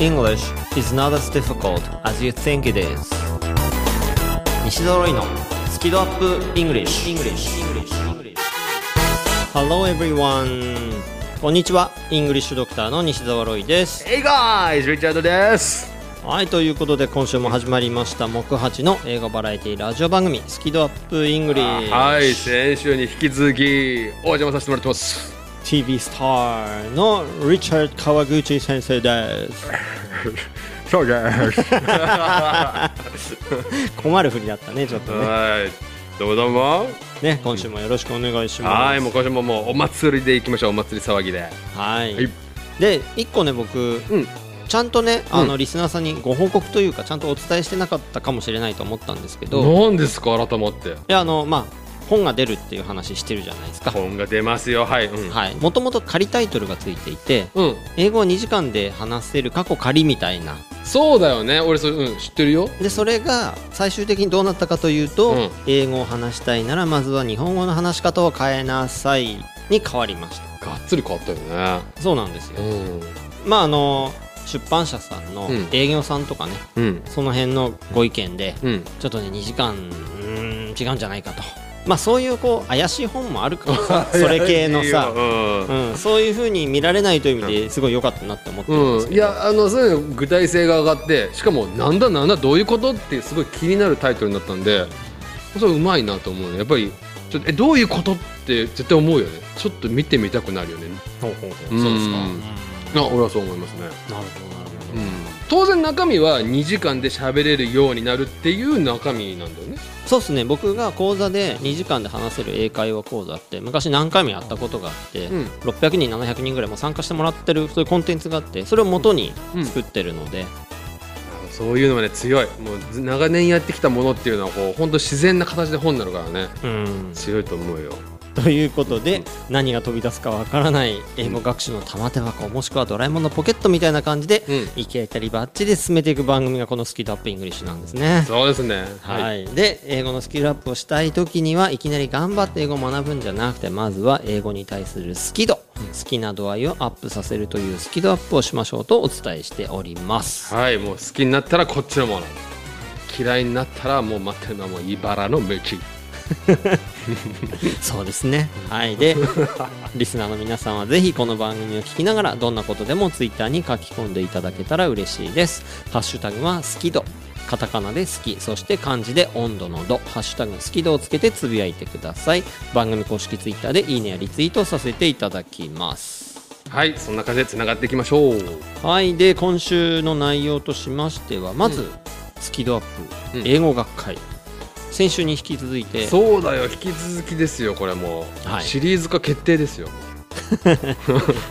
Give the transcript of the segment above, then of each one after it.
English is not as difficult as you think it is 西ドロイのスキドアップ English Hello everyone こんにちは English ドクターの西澤ロイです Hey guys! リチャードですはいということで今週も始まりました木八の映画バラエティラジオ番組スキドアップ English はい、先週に引き続きお邪魔させてもらってます。 TV スターのリチャード川口先生です そうです。困るふりだったねちょっとね はい。どうもどうも。ね今週もよろしくお願いしますはい、もう今週ももうお祭りで行きましょう。お祭り騒ぎで。はい、はいで一個ね僕、うんちゃんとねんあの、リスナーさんにご報告というかちゃんとお伝えしてなかったかもしれないと思ったんですけどい何ですか改まって。やあのまあ本が出るっていう話してるじゃないですか本が出ますよ。はい。うん。はいもともと仮タイトルがついていてうん。英語を2時間で話せる過去仮みたいなそうだよね。俺それ、うん、知ってるよ。でそれが最終的にどうなったかというと、うん英語を話したいならまずは日本語の話し方を変えなさいに変わりましたがっつり変わったよね。そうなんですよ、ん。まああの出版社さんのうん営業さんとかね、うん。その辺のご意見で、うん。ちょっとね2時間うーん違うんじゃないかとまあそういうこう怪 しい本もあるからさそれ系のさいい、ようんうん、そういうふうに見られないという意味ですごい良かったなって思ってるんでうすん、けいど、やあのそういうの具体性が上がってしかもなんだなんだどういうことってすごい気になるタイトルになったんでそれうまいなと思うねやっぱりちょっとえどういうことって絶対思うよねちょっと見てみたくなるよねほうほうほううんそうですか、うんなるあ俺はそう思いますね、ほどなるほど当然中身は2時間で喋れるようになるっていう中身なんだよねそうですね僕が講座で2時間で話せる英会話講座って昔何回もやったことがあって、うん600人700人ぐらいも参加してもらってるそういうコンテンツがあってそれを元にうん作ってるので、そういうのはね強いもうず長年やってきたものっていうのはこう本当自然な形で本になるからねうん強いと思うよということで何が飛び出すかわからない英語学習の玉手箱もしくはドラえもんのポケットみたいな感じで、うん行き当たりばっちり進めていく番組がこのスキルアップイングリッシュなんですね。そうですねはい、で英語のスキルアップをしたい時にはいきなり頑張って英語を学ぶんじゃなくてまずは英語に対する好き度、好きな度合いをアップさせるというスキルアップをしましょうとお伝えしております。はい、もう好きになったらこっちのもの。嫌いになったらもう待ってるのはもう茨の道。そうですね。はい。 で、リスナーの皆さんはぜひこの番組を聞きながら、どんなことでもツイッターに書き込んでいただけたら嬉しいです。ハッシュタグは好き度。カタカナで好き、そして漢字で温度の度、ハッシュタグ好き度をつけてつぶやいてください。番組公式ツイッターでいいねやリツイートさせていただきます。はい、そんな感じでつながっていきましょう。はい。で、今週の内容としましては、まず、スキドアップ、うん英語学会。先週に引き続いて、そうだよ、引き続きですよ、これもう、はいシリーズ化決定ですよ。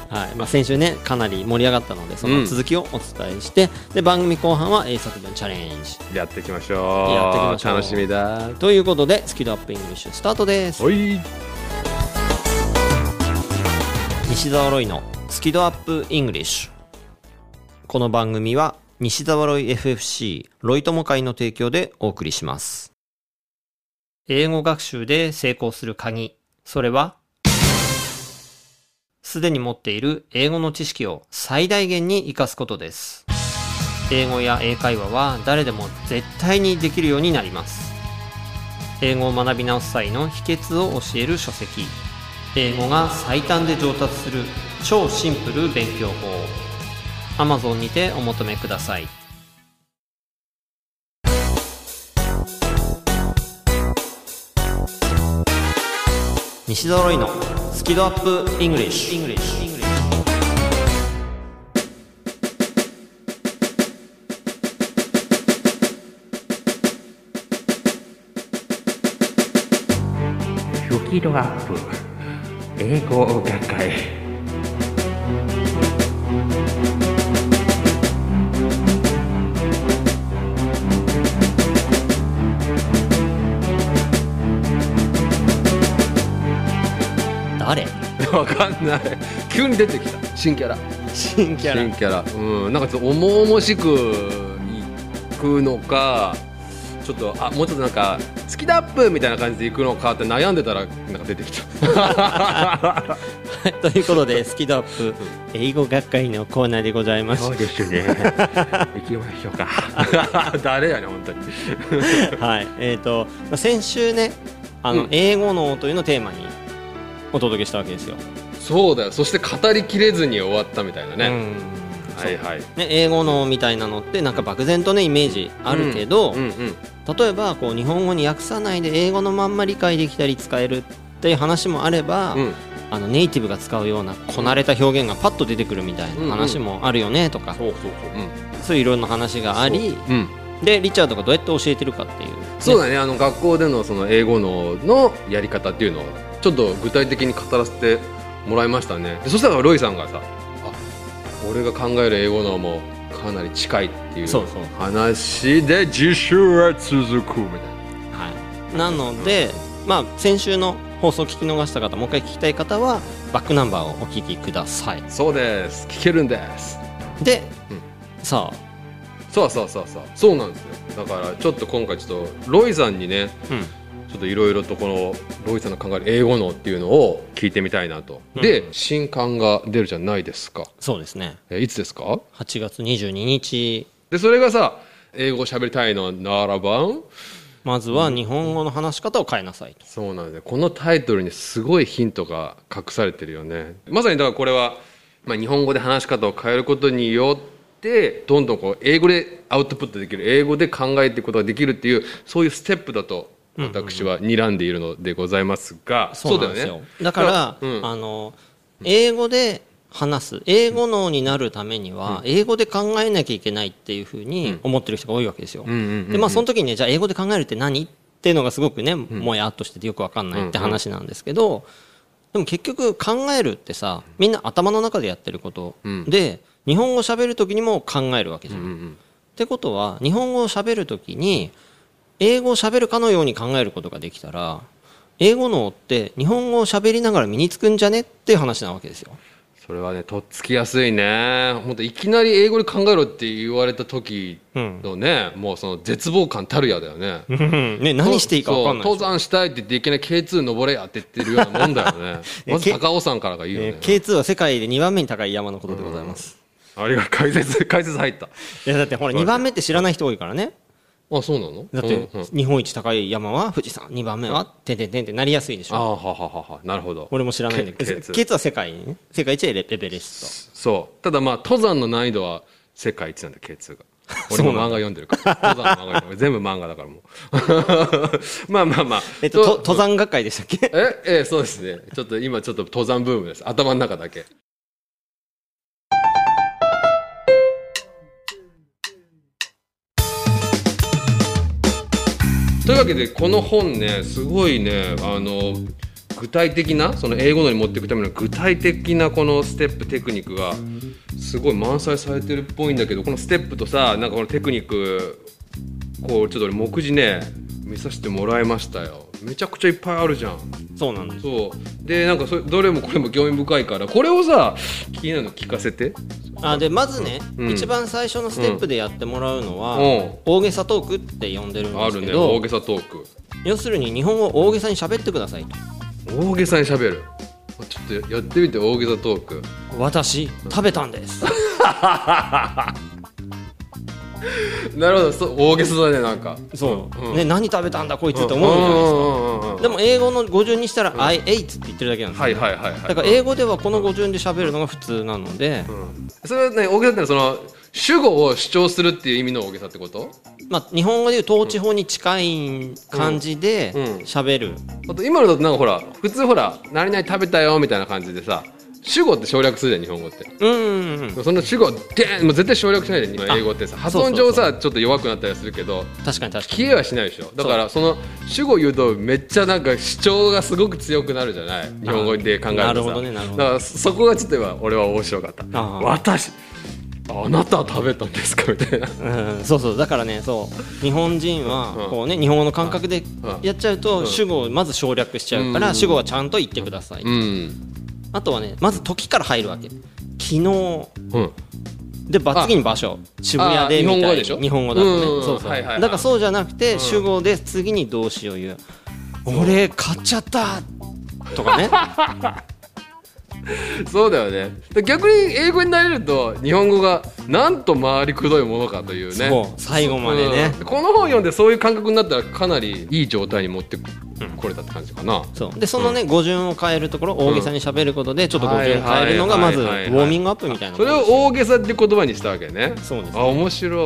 はいまあ、先週ねかなり盛り上がったのでその続きをお伝えして、で番組後半は英作文チャレンジやっていきましょう。やっていきましょう楽しみだ。はということでスキルアップイングリッシュスタートですい。西澤ロイのスキドアップイングリッシュこの番組は西澤ロイ FFC ロイ友会の提供でお送りします英語学習で成功する鍵それはすでに持っている英語の知識を最大限に活かすことです英語や英会話は誰でも絶対にできるようになります英語を学び直す際の秘訣を教える書籍英語が最短で上達する超シンプル勉強法 Amazon にてお求めください西澤ロイのスキドアップイングリッシュスキルアップ英語学会誰わかんない。急に出てきた。新キャラ。新キ新キャラ。うん、なんかちょっと重々しくいくのか。ちょっとあもうちょっとなんか好きだっぷみたいな感じでいくのかって悩んでたらなんか出てきた ということで、スキドアッ プ英語学会のコーナーでござ いますそう。です ね行きましょうか誰やねん本当にはい、えっ、と、まあ先週ね、あの、うん英語のというのをテーマにお届けしたわけですよ。そうだよそして語りきれずに終わったみたいなうね、んはいはいね、英語のみたいなのってなんか漠然とねイメージあるけど、うんうん例えばこう日本語に訳さないで英語のまんま理解できたり使えるっていう話もあれば、うんあのネイティブが使うようなこなれた表現がパッと出てくるみたいな話もあるよねとか、そうそうそうそういういろんな話がありうん、うん、でリチャードがどうやって教えてるかっていう、そうだねあの学校でのその英語ののやり方っていうのをちょっと具体的に語らせてもらいましたねでそしたらロイさんがさあ俺が考える英語のもかなり近いっていうそうそう話で実習は続くみたいなはい、なので、まあ、先週の放送を聞き逃した方もう一回聞きたい方はバックナンバーをお聞きくださいそうです聞けるんですで、うんさあそうそうそうそうそうなんですよだからちょっと今回ちょっとロイさんにねうんちょっといろいろとこのロイさんの考える英語のっていうのを聞いてみたいなと、うんで新刊が出るじゃないですかそうですねえいつですか8月22日でそれがさ英語喋りたいのならばまずは日本語の話し方を変えなさいと、そうなんですよこのタイトルにすごいヒントが隠されてるよねまさにだからこれは、まあ、日本語で話し方を変えることによってどんどんこう英語でアウトプットできる英語で考えていくことができるっていうそういうステップだと私は睨んでいるのでございますが、そうなんだですよよねだから、うんあの英語で話す英語脳になるためには、英語で考えなきゃいけないっていうふうに思ってる人が多いわけですよ、うんうんうんうんでまあその時にねじゃあ英語で考えるって何っていうのがすごくね、もやっとしててよくわかんないって話なんですけど、でも結局考えるってさみんな頭の中でやってること、うんで日本語喋る時にも考えるわけじゃんうんうんってことは日本語を喋るときに英語を喋るかのように考えることができたら英語脳って日本語を喋りながら身につくんじゃねっていう話なわけですよ。それはねとっつきやすいね本当いきなり英語で考えろって言われた時うんのね、もうその絶望感たるやだよねね、何していいか分かんないそうですよ登山したいって言っていきなり K2 登れやって言ってるようなもんだよね えまずけ高尾山からがいいよね、えー K2 は世界で2番目に高い山のことでございます。あれが解説解説入ったいやだってほら2番目って知らない人多いからねあそうなのだってうんうん日本一高い山は富士山2番目はてんてんてんってなりやすいでしあょあははははなるほど俺も知らないんだけど K2 K2 は世界にね世界一はエレベレスそうただまあ登山の難易度は世界一なんだ K2 が俺も漫画読んでるから登山の漫画読んでる全部漫画だからもう まあまあまあトえっとと登山学会でしたっけ えええそうですねちょっと今ちょっと登山ブームです頭の中だけというわけでこの本ねすごいねあの具体的なその英語のに持っていくための具体的なこのステップテクニックがすごい満載されてるっぽいんだけどこのステップとさなんかこのテクニックこうちょっと俺目次ね見させてもらいましたよめちゃくちゃいっぱいあるじゃんそうなんですそうでなんかそれどれもこれも興味深いからこれをさ気になるの聞かせてあでまずね、うん一番最初のステップでやってもらうのは、うん大げさトークって呼んでるんあでするけねど、大げさトーク要するに日本語を大げさに喋ってくださいと大げさにしゃべるちょっとやってみて大げさトーク私食べたんですなるほどそう大げさだねなんかそう、うんね、何食べたんだこいつって思うじゃないですか、うんうんうんうんでも英語の語順にしたら「I ate」って言ってるだけなんですよ、はいはいはいはいだから英語ではこの語順で喋るのが普通なので、うんそれはね大げさってのはその主語を主張するっていう意味の大げさってことまあ、日本語でいう統治法に近い感じでうんうん喋る、あと今のだとなんかほら普通ほら「何々食べたよ」みたいな感じでさ主語って省略するじゃん日本語ってうんうんうんその主語でーんもう絶対省略しないで英語ってさ発音上さちょっと弱くなったりするけど確かに確かに消えはしないでしょだからその主語言うとめっちゃなんか主張がすごく強くなるじゃない日本語で考えるとさなるほどねなるほどだからそこがちょっと今俺は面白かったああ私あなたは食べたんですか みたいなうん、そうそうだからねそう日本人はうんこう、ね、日本語の感覚でうんやっちゃうと主語をまず省略しちゃうかうらん主語はちゃんと言ってくださいうんあとはねまず時から入るわけ昨日うんでば次に場所渋谷あーで日本み語たいでしょ日本語だとねうんそうそうはいはいはいだからそうじゃなくてん主語で次に動詞を言う「俺買っちゃった!」とかねそうだよねで逆に英語になれると日本語がなんと回りくどいものかと いうねそう最後までねうんこの本読んでそういう感覚になったらかなりいい状態に持ってうんこれたって感じかな、そうでそのね、語順を変えるところ大げさに喋ることでちょっと語順変えるのがまずウはいはいはいォはいーミングアップみたいなそれを大げさって言葉にしたわけねそうですあ面白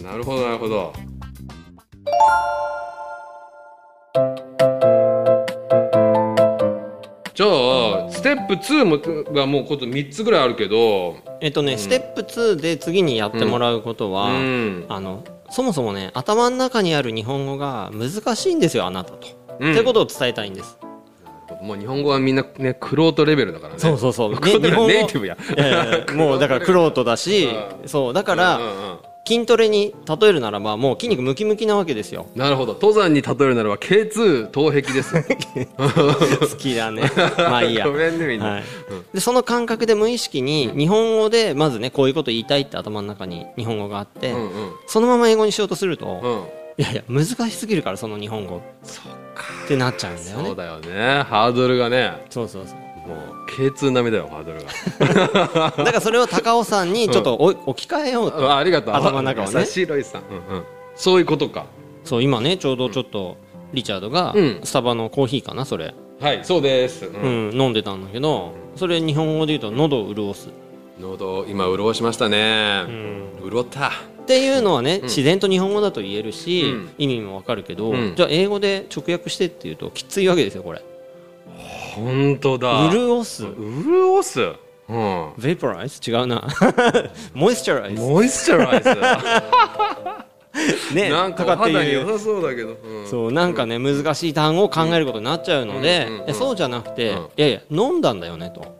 いなるほどなるほどじゃあステップ2もがもうこと3つぐらいあるけどえっとね、ステップ2で次にやってもらうことは、うんあのそもそもね頭の中にある日本語が難しいんですよあなたと。うんってことを伝えたいんです。もう日本語はみんなねくろとレベルだからねそうそうそう。ね玄人日本語ネイティブやいやいやいやもうだから苦労とだし、そうだかうんらうんうん筋トレに例えるならばもう筋肉ムキムキなわけですよ。なるほど登山に例えるならば K2 頭 壁です好きだね。まあいいや。 ごめんねみんな、はい、でその感覚で無意識に日本語でまずねこういうこと言いたいって頭の中に日本語があって、うんうんそのまま英語にしようとするうと、んいやいや難しすぎるからその日本語ってなっちゃうんだよそうね。だよねハードルがねそうそうそうもう K2 並みだよハードルだがからそれを高尾さんにちょっとお置き換えようと、あありがとう頭の中はね優しいロイさん、うんうん、そういうことかそう今ねちょうどちょっとリチャードがうんスタバのコーヒーかなそれ、はいそうです、ううんん、飲んでたんだけどそれ日本語で言うと喉を潤すっ喉今潤しましたね、潤ったていうのはね、自然と日本語だと言えるし、うん意味もわかるけど、うんじゃあ英語で直訳してっていうときついわけですよこれ本当だ潤す潤す、うん、ベポライズ違うな モイスチャライズモイスチャライズ ねなんかとおかって肌にい良うさそうだけど、うんそうなんかね難しい単語を考えることになっちゃうので、うんうんうんえそうじゃなくて、うんいやいや飲んだんだよねと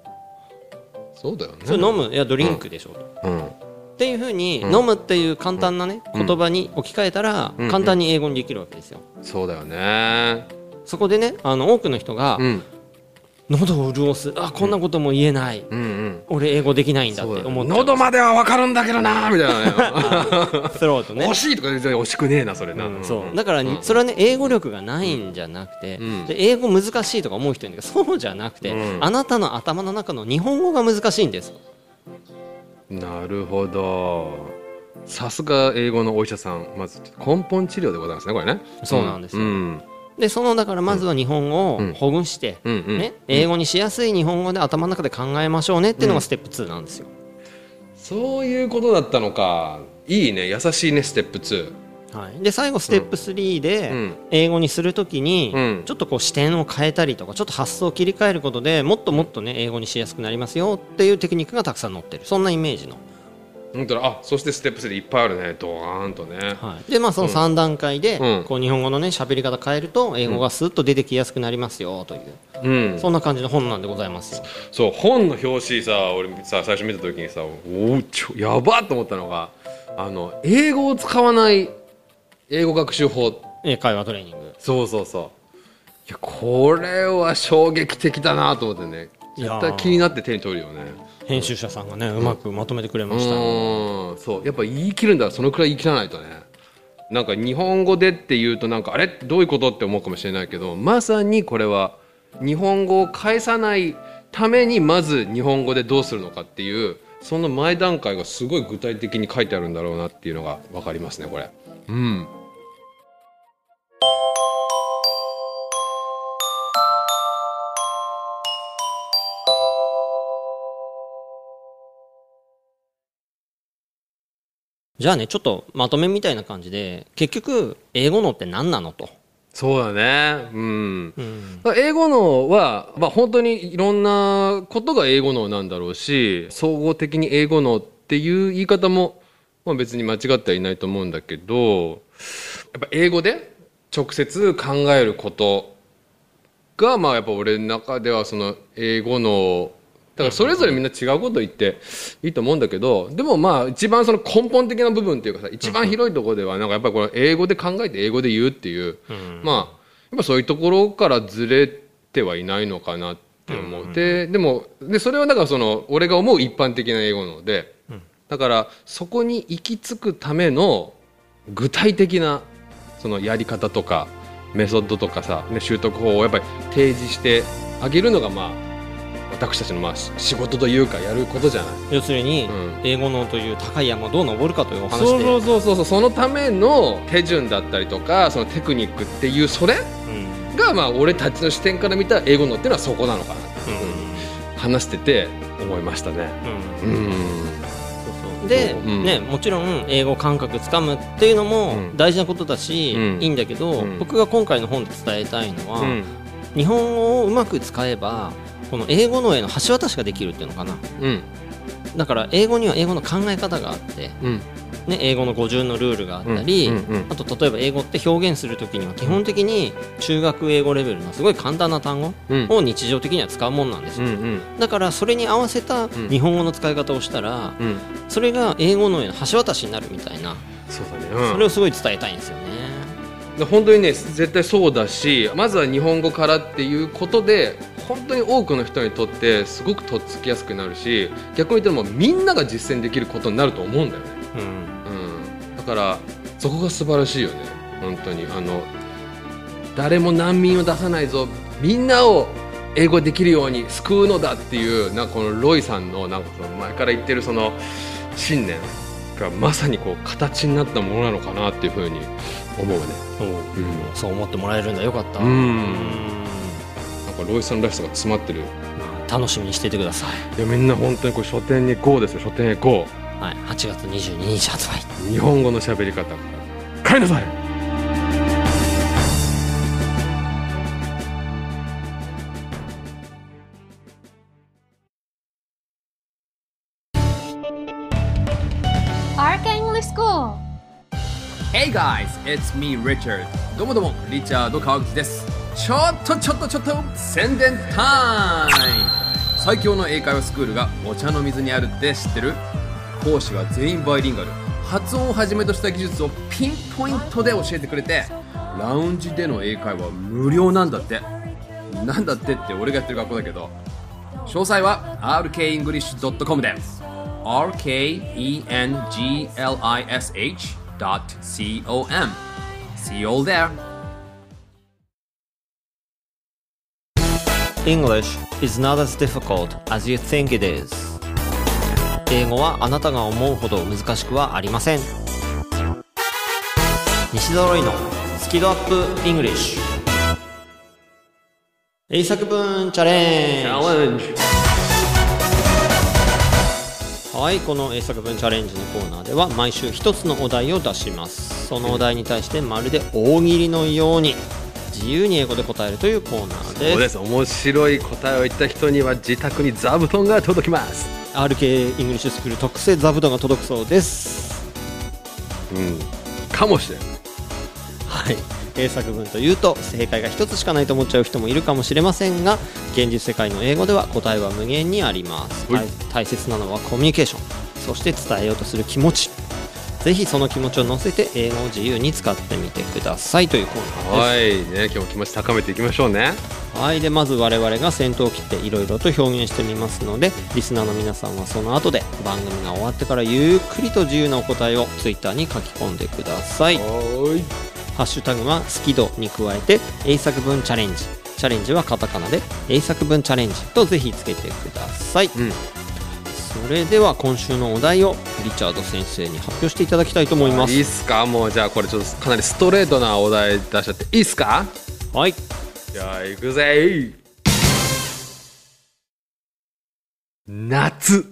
そうだよねそれ飲むいやドリンクでしょと、うんっていうふうに、飲むっていう簡単なね、うん言葉に置き換えたら、うん簡単に英語にできるわけですよ。そうだよねそこでねあの多くの人が、うん喉を潤すあこんなことも言えない、うんうん俺英語できないんだってそうだよ思っちゃう喉までは分かるんだけどなみたいなねスローと ね惜。しいとか全然惜しくねえなそれな、うんそうなだから、それはね英語力がないんじゃなくて、うんで英語難しいとか思う人いるんだけどそうじゃなくて、うんあなたの頭の中の日本語が難しいんですなるほどさすが英語のお医者さんまず根本治療でございますねこれねそうなんですようんでそのだからまずは日本語うんをほぐして、うんうんね、英語にしやすい日本語で頭の中で考えましょうねっていうのがステップ2なんですよ。そういうことだったのかいいね優しいねステップ2はい、で最後ステップ3うでん英語にするときにうんちょっとこう視点を変えたりとかちょっと発想を切り替えることでもっともっとね英語にしやすくなりますよっていうテクニックがたくさん載ってるそんなイメージの、本当だあそしてステップ3いっぱいあるねドーンとねはい、でまあその3段階でうんこう日本語のね喋り方変えると英語がスッと出てきやすくなりますよといううんそんな感じの本なんでございますよそう本の表紙さ俺さ最初見た時にさおおちょやばっと思ったのがあの英語を使わない英語学習法え会話トレーニングそうそうそういやこれは衝撃的だなと思ってねいやー絶対気になって手に取るよね編集者さんがねうまくまとめてくれうましたよーんそうやっぱ言い切るんだらそのくらい言い切らないとねなんか日本語でって言うとなんかあれどういうことって思うかもしれないけどまさにこれは日本語を返さないためにまず日本語でどうするのかっていうその前段階がすごい具体的に書いてあるんだろうなっていうのが分かりますねこれうんじゃあねちょっとまとめみたいな感じで結局英語のって何なのと、そうだねうんうん、英語脳は、まあ、本当にいろんなことが英語脳なんだろうし総合的に英語脳っていう言い方も、まあ、別に間違ってはいないと思うんだけどやっぱ英語で直接考えることが、まあ、やっぱ俺の中ではその英語脳だからそれぞれみんな違うこと言っていいと思うんだけどでもまあ一番その根本的な部分っていうかさ一番広いところではなんかやっぱりこの英語で考えて英語で言うっていう、まあやっぱそういうところからずれてはいないのかなって思う、ででもでそれはだからその俺が思う一般的な英語なので、だからそこに行き着くための具体的なそのやり方とかメソッドとかさ、ね、習得法をやっぱり提示してあげるのがまあ私たちのまあし仕事というかやることじゃない要するに、うん英語能という高い山をどう登るかというお話でそうそうそうそうそうそのための手順だったりとかそのテクニックっていうそれうんがまあ俺たちの視点から見た英語のっていうのはそこなのかなって話してて思いましたね。うんうんうんそうそうで、うんね、もちろん英語感覚つかむっていうのもうん大事なことだし、うんいいんだけど、うん僕が今回の本で伝えたいのは、うん日本語をうまく使えばこの英語のへの橋渡しができるっていうのかなうんだから英語には英語の考え方があって、うんね、英語の語順のルールがあったり、うんうんあと例えば英語って表現する時には基本的に中学英語レベルのすごい簡単な単語うんを日常的には使うもんなんですうよ、んうんだからそれに合わせたん日本語の使い方をしたら、うんそれが英語のへの橋渡しになるみたいな、そうだね、それをすごい伝えたいんですよね。で本当にね絶対そうだしまずは日本語からっていうことで本当に多くの人にとってすごくとっつきやすくなるし逆に言ってもみんなが実践できることになると思うんだよね、うんうん、だからそこが素晴らしいよね本当にあの誰も難民を出さないぞみんなを英語できるように救うのだっていうなんかこのロイさんのなんかその前から言ってるその信念がまさにこう形になったものなのかなっていうふうに思うね。うんそう思ってもらえるんだよかった、うんうんなんかロイさんらしさが詰まってる。まあ楽しみにしていてください、いやみんな本当にこれ書店にこうですよ書店へこはい、8月22日発売う日本語の喋り方から買いなさい Arc English School Hey guys, it's me Richard. どうもどうも、リチャード川口です。ちょっとちょっとちょっと、宣伝タイム最強の英会話スクールがお茶の水にあるって知ってる講師は全員バイリンガル。発音をはじめとした技術をピンポイントで教えてくれて、ラウンジでの英会話は無料なんだって。なんだってって俺がやってる学校だけど。詳細は rkenglish.com で E rkenglish.com See you all there! English is not as difficult as you think it is 英語はあなたが思うほど難しくはありません西揃いのスキドアップ English 英作文チャレンジはいこの英作文チャレンジのコーナーでは毎週一つのお題を出しますそのお題に対してまるで大喜利のように自由に英語で答えるというコーナーですす面白い答えを言った人には自宅に座布団が届きます RK イングリッシュスクール特製座布団が届くそうですうんかもしれないはい英作文というと正解が一つしかないと思っちゃう人もいるかもしれませんが現実世界の英語では答えは無限にありますはい大大切なのはコミュニケーションそして伝えようとする気持ちぜひその気持ちを乗せて英語を自由に使ってみてくださいというコーナーですはいね今日も気持ち高めていきましょうねはい、でまず我々が先頭を切っていろいろと表現してみますのでリスナーの皆さんはその後で番組が終わってからゆっくりと自由なお答えをツイッターに書き込んでくださいハはいッシュタグは「好き度」に加えて「英作文チャレンジ」チャレンジはカタカナで「英作文チャレンジ」とぜひつけてください、うんそれでは今週のお題をリチャード先生に発表していただきたいと思いまいいすっすかもうじゃあこれちょっとかなりストレートなお題出しちゃっていいっすかはいじゃあ行くぜ夏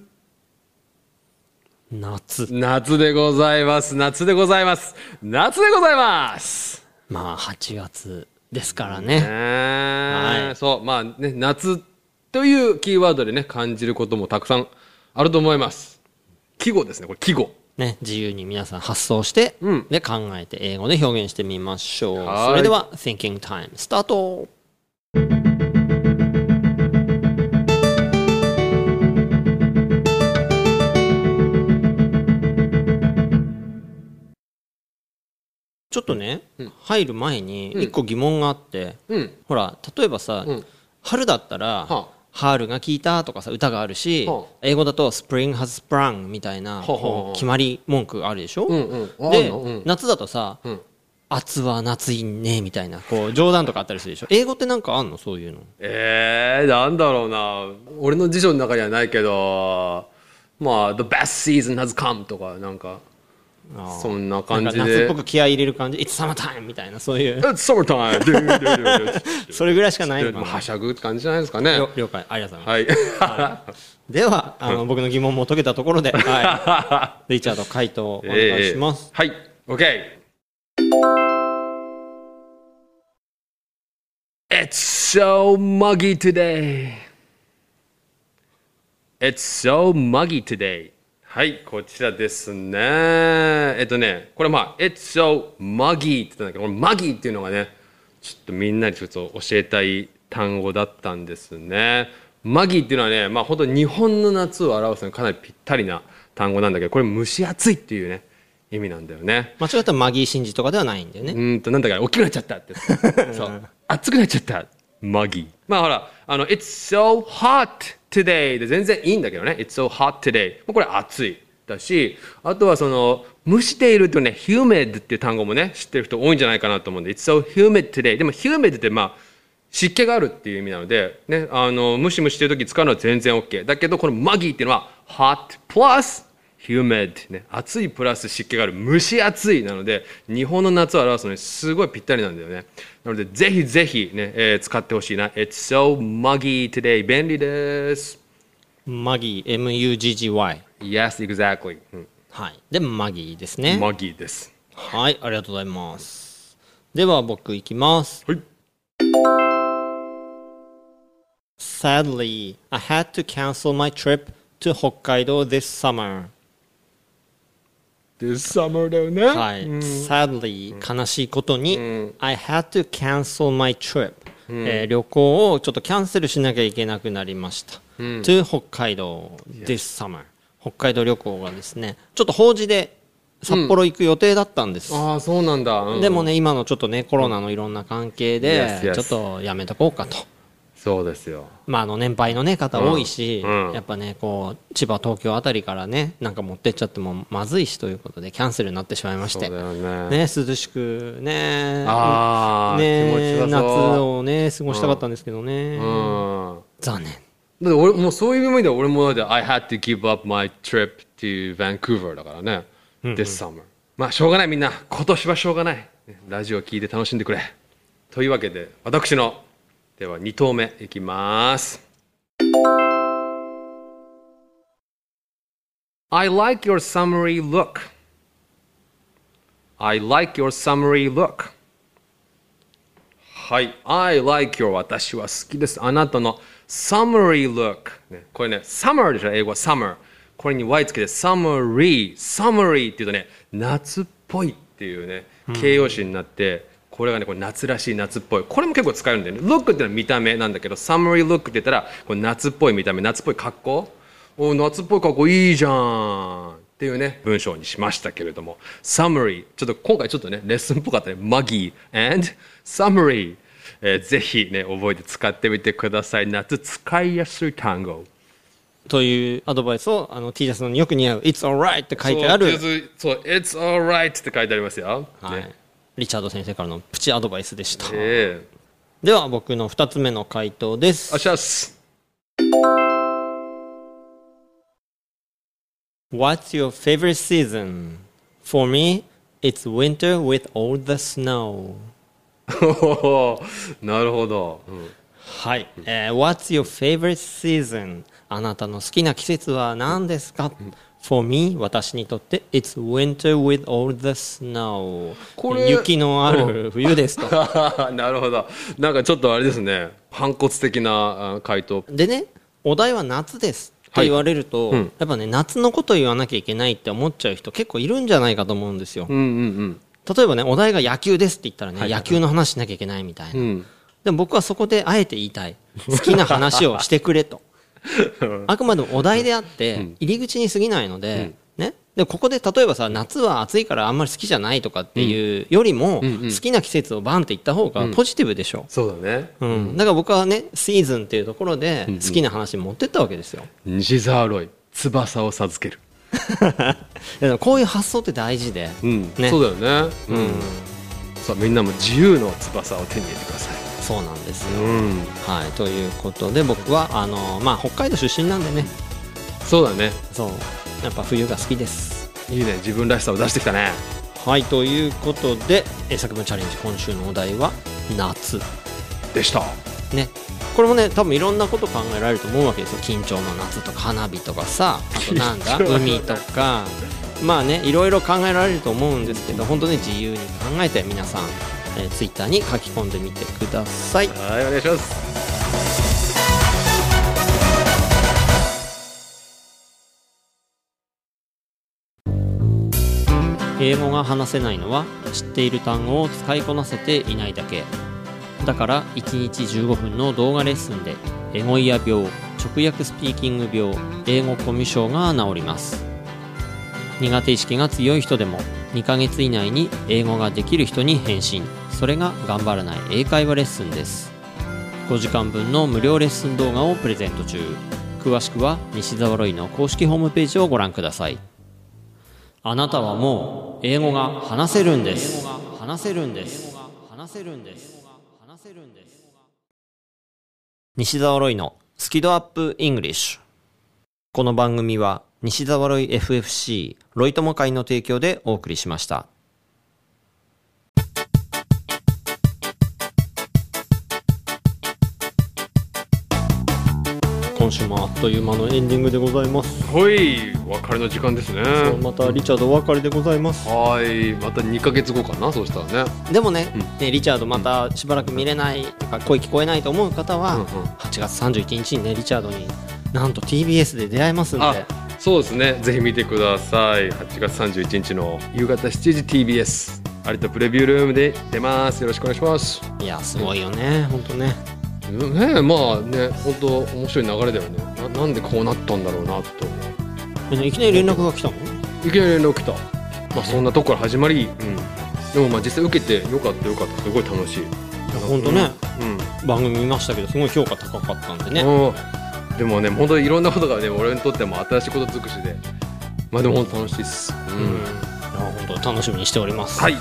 夏夏でございます夏でございます夏でございますまあ8月ですからねねえはいそうまあね夏というキーワードでね感じることもたくさんあると思います季語ですねこれ季語ね、自由に皆さん発想して、うんで考えて英語で表現してみましょうはいそれでは Thinking Time スタートちょっとね、うん入る前にうん一個疑問があって、うんほら例えばさ、うん春だったら、はあ春が聞いたとかさ歌があるし、はあ英語だと Spring has sprung みたいなはあはあはあこう決まり文句あるでしょ、うんうんああんで、のうん夏だとさ、うん暑は夏いんね、みたいな、こう、冗談とかあったりするでしょ。英語ってなんかあんのそういうの。えー、なんだろうな。俺の辞書の中にはないけど、まあ、the best season has come とか、なんか、そんな感じでなんか夏っぽく気合い入れる感じ。It's summertime! みたいな、そういう。 It's summertime! ドゥドゥドゥド ゥそれぐらいしかないのかまあ、なは。しゃぐって感じじゃないですかね。了了解。ありがとうございます。はい。では、あの、僕の疑問も解けたとこ ろで、はい。リチャード回答お願いします。えーはい。OK! It's so muggy today. It's so muggy today. はい、こちらですね。えっとね、これまあ、It's so muggy って言ったんだけど、この muggy っていうのがね、ちょっとみんなにちょっと教えたい単語だったんですね。マギーっていうのはね、まあ本当日本の夏を表すのにかなりぴったりな単語なんだけど、これ蒸し暑いっていうね、意味なんだよね。間違ったマギーシンジとかではないんだよね。うーんと、なんだか大きくなっちゃったって。そう。暑くなっちゃった。マギー。まあほら、あの、It's so hot today で全然いいんだけどね。It's so hot today。もうこれ暑い。だし、あとはその、蒸しているとね、humid っていう単語もね、知ってる人多いんじゃないかなと思うんで、It's so humid today。でも humid ってまあ、湿気があるっていう意味なので、ね、あの、ムシムシしてる時使うのは全然 OK。だけど、このマギーっていうのは、hot plus humid。ね、暑いプラス湿気がある。蒸し暑いなので、日本の夏を表すのにすごいぴったりなんだよね。なので、ぜひぜひね、えー使ってほしいな。It's so muggy today. 便利です。マギー、M-U-G-G-Y。 Yes, exactly. うんはい。で、マギーですね。マギーです。はい、ありがとうございます。では、僕いきます。はい。 Sadly, I had to cancel my trip to 北海道 this summer. This summer だよね。はい。Sadly, 悲しいことに、I had to cancel my trip.、えー旅行をちょっとキャンセルしなきゃいけなくなりました。to 北海道 this summer. 北海道旅行がですね、ちょっと法事で札幌行く予定だったんです。ああ、そうなんだ。うんでもね、今のちょっとね、コロナのいろんな関係で Yes, yes.、ちょっとやめとこうかと。そうですよ。まあ、あの年配の、ね、方多いし、うんうんやっぱねこう千葉東京あたりからねなんか持ってっちゃってもまずいしということでキャンセルになってしまいましてそうだよね涼しくねあーね気持ちよさそう夏をね過ごしたかったんですけどね、うん。残念だって俺もうそういう意味では俺もだって I had to give up my trip to Vancouver だからね、this summer まあしょうがないみんな今年はしょうがないねラジオ聞いて楽しんでくれというわけで私のでは2投目いきます I like your summery look I like your summery look はい。I like your 私は好きです。あなたの summary look、ね。これね、summer でしょ英語は summer。これに y つけて summary。summary っていうとね、夏っぽいっていうね、形容詞になって、これがね、これ夏らしい夏っぽい。これも結構使えるんだよね。look っていうのは見た目なんだけど、summary look って言ったら、これ夏っぽい見た目、夏っぽい格好。お夏っぽい格好いいじゃんっていうね文章にしましたけれども summary ちょっと今回ちょっとねレッスンっぽかったね muggy and summary、えーぜひね覚えて使ってみてください夏使いやすい単語というアドバイスをあの T シャツのによく似合う「It's alright」って書いてある、そう It's alright って書いてありますよ、はいねリチャード先生からのプチアドバイスでした、ええでは僕の2つ目の回答ですあっしゃっす What's your favorite season? For me, it's winter with all the snow. おおなるほど、うん はい。えー What's your favorite season? あなたの好きな季節は何ですか For me, 私にとって It's winter with all the snow. これ雪のある冬ですと。 なるほどなんかちょっとあれですね反骨的なあ回答でね、お題は夏です。ってはい言われると、うんやっぱね、夏のこと言わなきゃいけないって思っちゃう人結構いるんじゃないかと思うんですよ。うんうん例えばね、お題が野球ですって言ったらね、野球の話しなきゃいけないみたいな。うんうんでも僕はそこであえて言いたい。好きな話をしてくれ と。あくまでもお題であって、入り口に過ぎないので、ね。で、ここで例えばさ、夏は暑いからあんまり好きじゃないとかっていうよりも、好きな季節をバンって言った方がポジティブでしょ。そうだねうん。だから僕はね、シーズンっていうところで好きな話に持ってったわけです よ。西沢ロイ翼を授ける、だからこういう発想って大事で、うんねそうだよね、うんそうみんなも自由の翼を手に入れてくださいそうなんですよ、うんはい、ということで僕はあの、まあ、北海道出身なんでねそうだねそうやっぱ冬が好きですいいね自分らしさを出してきたねはいということでえー作文チャレンジ今週のお題は「夏でした」ねこれもね多分いろんなこと考えられると思うわけですよ緊張の夏とか花火とかさあとなんだ緊張の夏海とかまあねいろいろ考えられると思うんですけど本当ね自由に考えて皆さん、えー、ツイッターに書き込んでみてくださいはいお願いします英語が話せないのは知っている単語を使いこなせていないだけだから1日15分の動画レッスンでエゴイア病直訳スピーキング病英語コミュ障が治ります苦手意識が強い人でも2ヶ月以内に英語ができる人に返信それが頑張らない英会話レッスンです5時間分の無料レッスン動画をプレゼント中詳しくは西澤ロイの公式ホームページをご覧くださいあなたはもう英語が話せるんです。話せるんです。話せるんです。話せるんです。西澤ロイのスキドアップイングリッシュ。この番組は西澤ロイ FFC ロイ友会の提供でお送りしました。今週もあっという間のエンディングでございます。ほいお別れの時間ですねまたリチャードお別れでございます。はいまた2か月後かなそうしたらねでもね,、うんねリチャードまたしばらく見れないとか声聞こえないと思う方は、うんうん8月31日にねリチャードになんと TBS で出会えますんであそうですねぜひ見てください8月31日の夕方7時 TBS 有田プレビュールームで出ますよろしくお願いしますいやすごいよね本当ねねえまあね本当面白い流れだよねななんでこうなったんだろうなとえいきなり連絡が来たのいきなり連絡来た、まあ、そんなとこから始まり、うん、でもまあ実際受けてよかったよかったすごい楽しい本当ね、うん番組見ましたけどすごい評価高かったんでね、うんでもね本当にいろんなことがね俺にとっても新しいこと尽くしでまあでも本当楽しいっす、ううんいや本当楽しみにしております、はい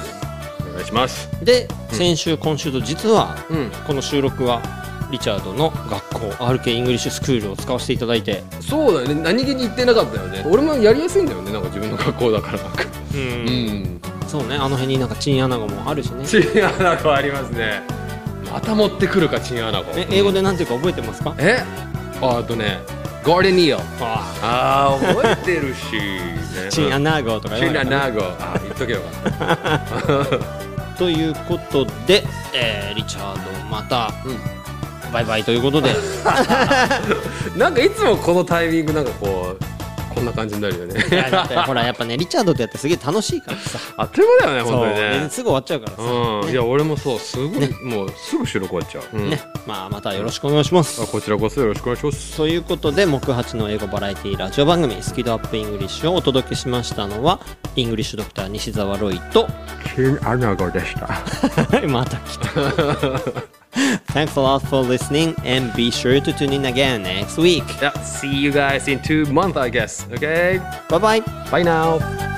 お願いしますでうん先週今週と実はうんこの収録はリチャードの学校 RK イングリッシュスクールを使わせていただいて、そうだよね何気に言ってなかったよね俺もやりやすいんだよねなんか自分の学校だからううんんそうねあの辺になんかチンアナゴもあるしねチンアナゴありますねまた持ってくるかチンアナゴえ英語でなんていうか覚えてますか、えああとねガーデニアああー覚えてるし、ねあ チンアナゴとかチ言わンなアいかなナゴあー言っとけよか ったということで、えーリチャードまた、バイバイということ でなんかいつもこのタイミングなんかこうこんな感じになるよね いやだってほらやっぱねリチャードとやってすげえ楽しいからさあっという間だよね本当にそうねですぐ終わっちゃうからさ、うんいや俺もそうすごい、ねもうすぐ収録終わっちゃう、うんねまあまたよろしくお願いしますあこちらこそよろしくお願いしますということで木八の英語バラエティラジオ番組「スキドアップイングリッシュ」をお届けしましたのはイングリッシュドクター西澤ロイと Chin Anago で した。また来た。Thanks a lot for listening and be sure to tune in again next week. Yeah, see you guys in two months I guess okay Bye bye. bye now